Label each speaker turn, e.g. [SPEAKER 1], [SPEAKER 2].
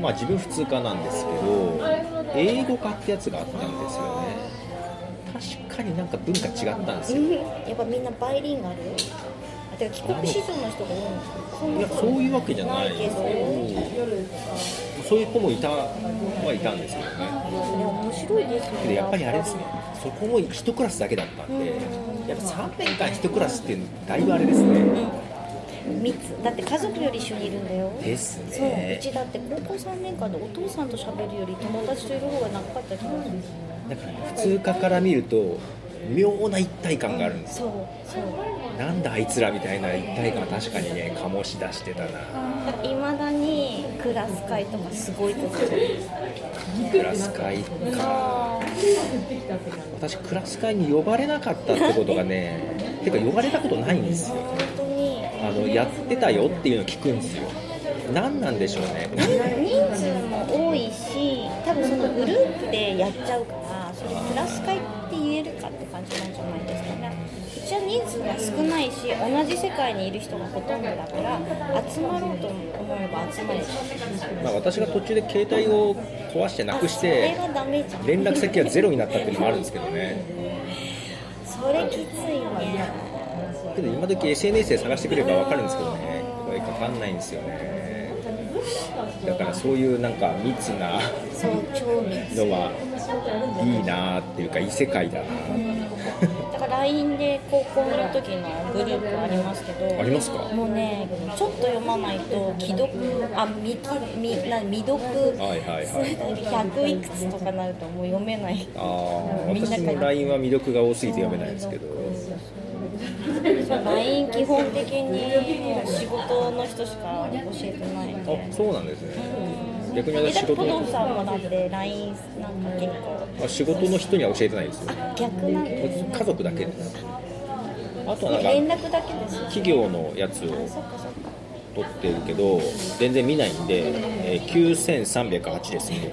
[SPEAKER 1] まあ、自分普通科なんですけど英語科ってやつがあったんですよね確かになんか文化違ったんですよ
[SPEAKER 2] やっぱみんなバイリンガルあてか帰国子女の人が多いんですかそん
[SPEAKER 1] い
[SPEAKER 2] な
[SPEAKER 1] や
[SPEAKER 2] こ
[SPEAKER 1] そ
[SPEAKER 2] と
[SPEAKER 1] ういうわけじゃな
[SPEAKER 2] ないい
[SPEAKER 1] んで
[SPEAKER 2] け
[SPEAKER 1] す
[SPEAKER 2] ど
[SPEAKER 1] けどそういう子もいたはいたんですけどね
[SPEAKER 2] いや面白いですよ
[SPEAKER 1] けど
[SPEAKER 2] ね
[SPEAKER 1] やっぱりあれですねそこも1クラスだけだったんでやっぱ3年間1クラスっていうのだいぶあれですね
[SPEAKER 2] 密だって家族より一緒にいるんだよ
[SPEAKER 1] です
[SPEAKER 2] そうう
[SPEAKER 1] ね
[SPEAKER 2] ちだって高校3年間でお父さんと喋るより友達といる方が長かった気がする
[SPEAKER 1] だからね普通科から見ると妙な一体感があるんですよ
[SPEAKER 2] そうそう
[SPEAKER 1] なんだあいつらみたいな一体感は確かにね醸し出してたない
[SPEAKER 2] まだにクラス会とかすごいこと
[SPEAKER 1] クラス会か
[SPEAKER 2] あ
[SPEAKER 1] 私クラス会に呼ばれなかったってことがねてか呼ばれたことないんですよ
[SPEAKER 2] 本当に
[SPEAKER 1] あのやってたよっていうのを聞くんですよ何なんでしょうね
[SPEAKER 2] 人数も多いし多分そのグループでやっちゃうからそれクラス会って言えるかって感じなんじゃないですかねうちは人数が少ないし同じ世界にいる人がほとんどだから集まろうと思えば集まれる
[SPEAKER 1] まあ、私が途中で携帯を壊してなくし
[SPEAKER 2] あ
[SPEAKER 1] て
[SPEAKER 2] それがダメじゃん
[SPEAKER 1] 連絡先がゼロになったっていうのもあるんですけどね
[SPEAKER 2] それきついね
[SPEAKER 1] けど今時 SNS で探してくれば分かるんですけどね声かかんないんですよねだからそういうなんか密な
[SPEAKER 2] そう超密
[SPEAKER 1] のはいいなっていうか異世界だな
[SPEAKER 2] だから LINE で高校の時のグループありますけど
[SPEAKER 1] ありますか
[SPEAKER 2] もうねちょっと読まないと既読あ未未未な未読
[SPEAKER 1] はいはいはい
[SPEAKER 2] 100いくつとかなるともう読めない
[SPEAKER 1] あー私も LINE は魅力が多すぎて読めないんですけど
[SPEAKER 2] LINE 基本的にもう仕事の人しか教えてないんで
[SPEAKER 1] あそうなんですね逆に
[SPEAKER 2] え
[SPEAKER 1] 私
[SPEAKER 2] だっ
[SPEAKER 1] 仕事
[SPEAKER 2] てポトフ
[SPEAKER 1] の
[SPEAKER 2] さんもだって LINE なんか結構
[SPEAKER 1] あ仕事の人には教えてないですよ
[SPEAKER 2] 逆なんですね
[SPEAKER 1] 家族だけですあとはなん
[SPEAKER 2] 連
[SPEAKER 1] か
[SPEAKER 2] 絡だけですよ
[SPEAKER 1] 企業のやつを
[SPEAKER 2] そっかそっか
[SPEAKER 1] 撮ってるけど全然見ないんで、えー9308ですね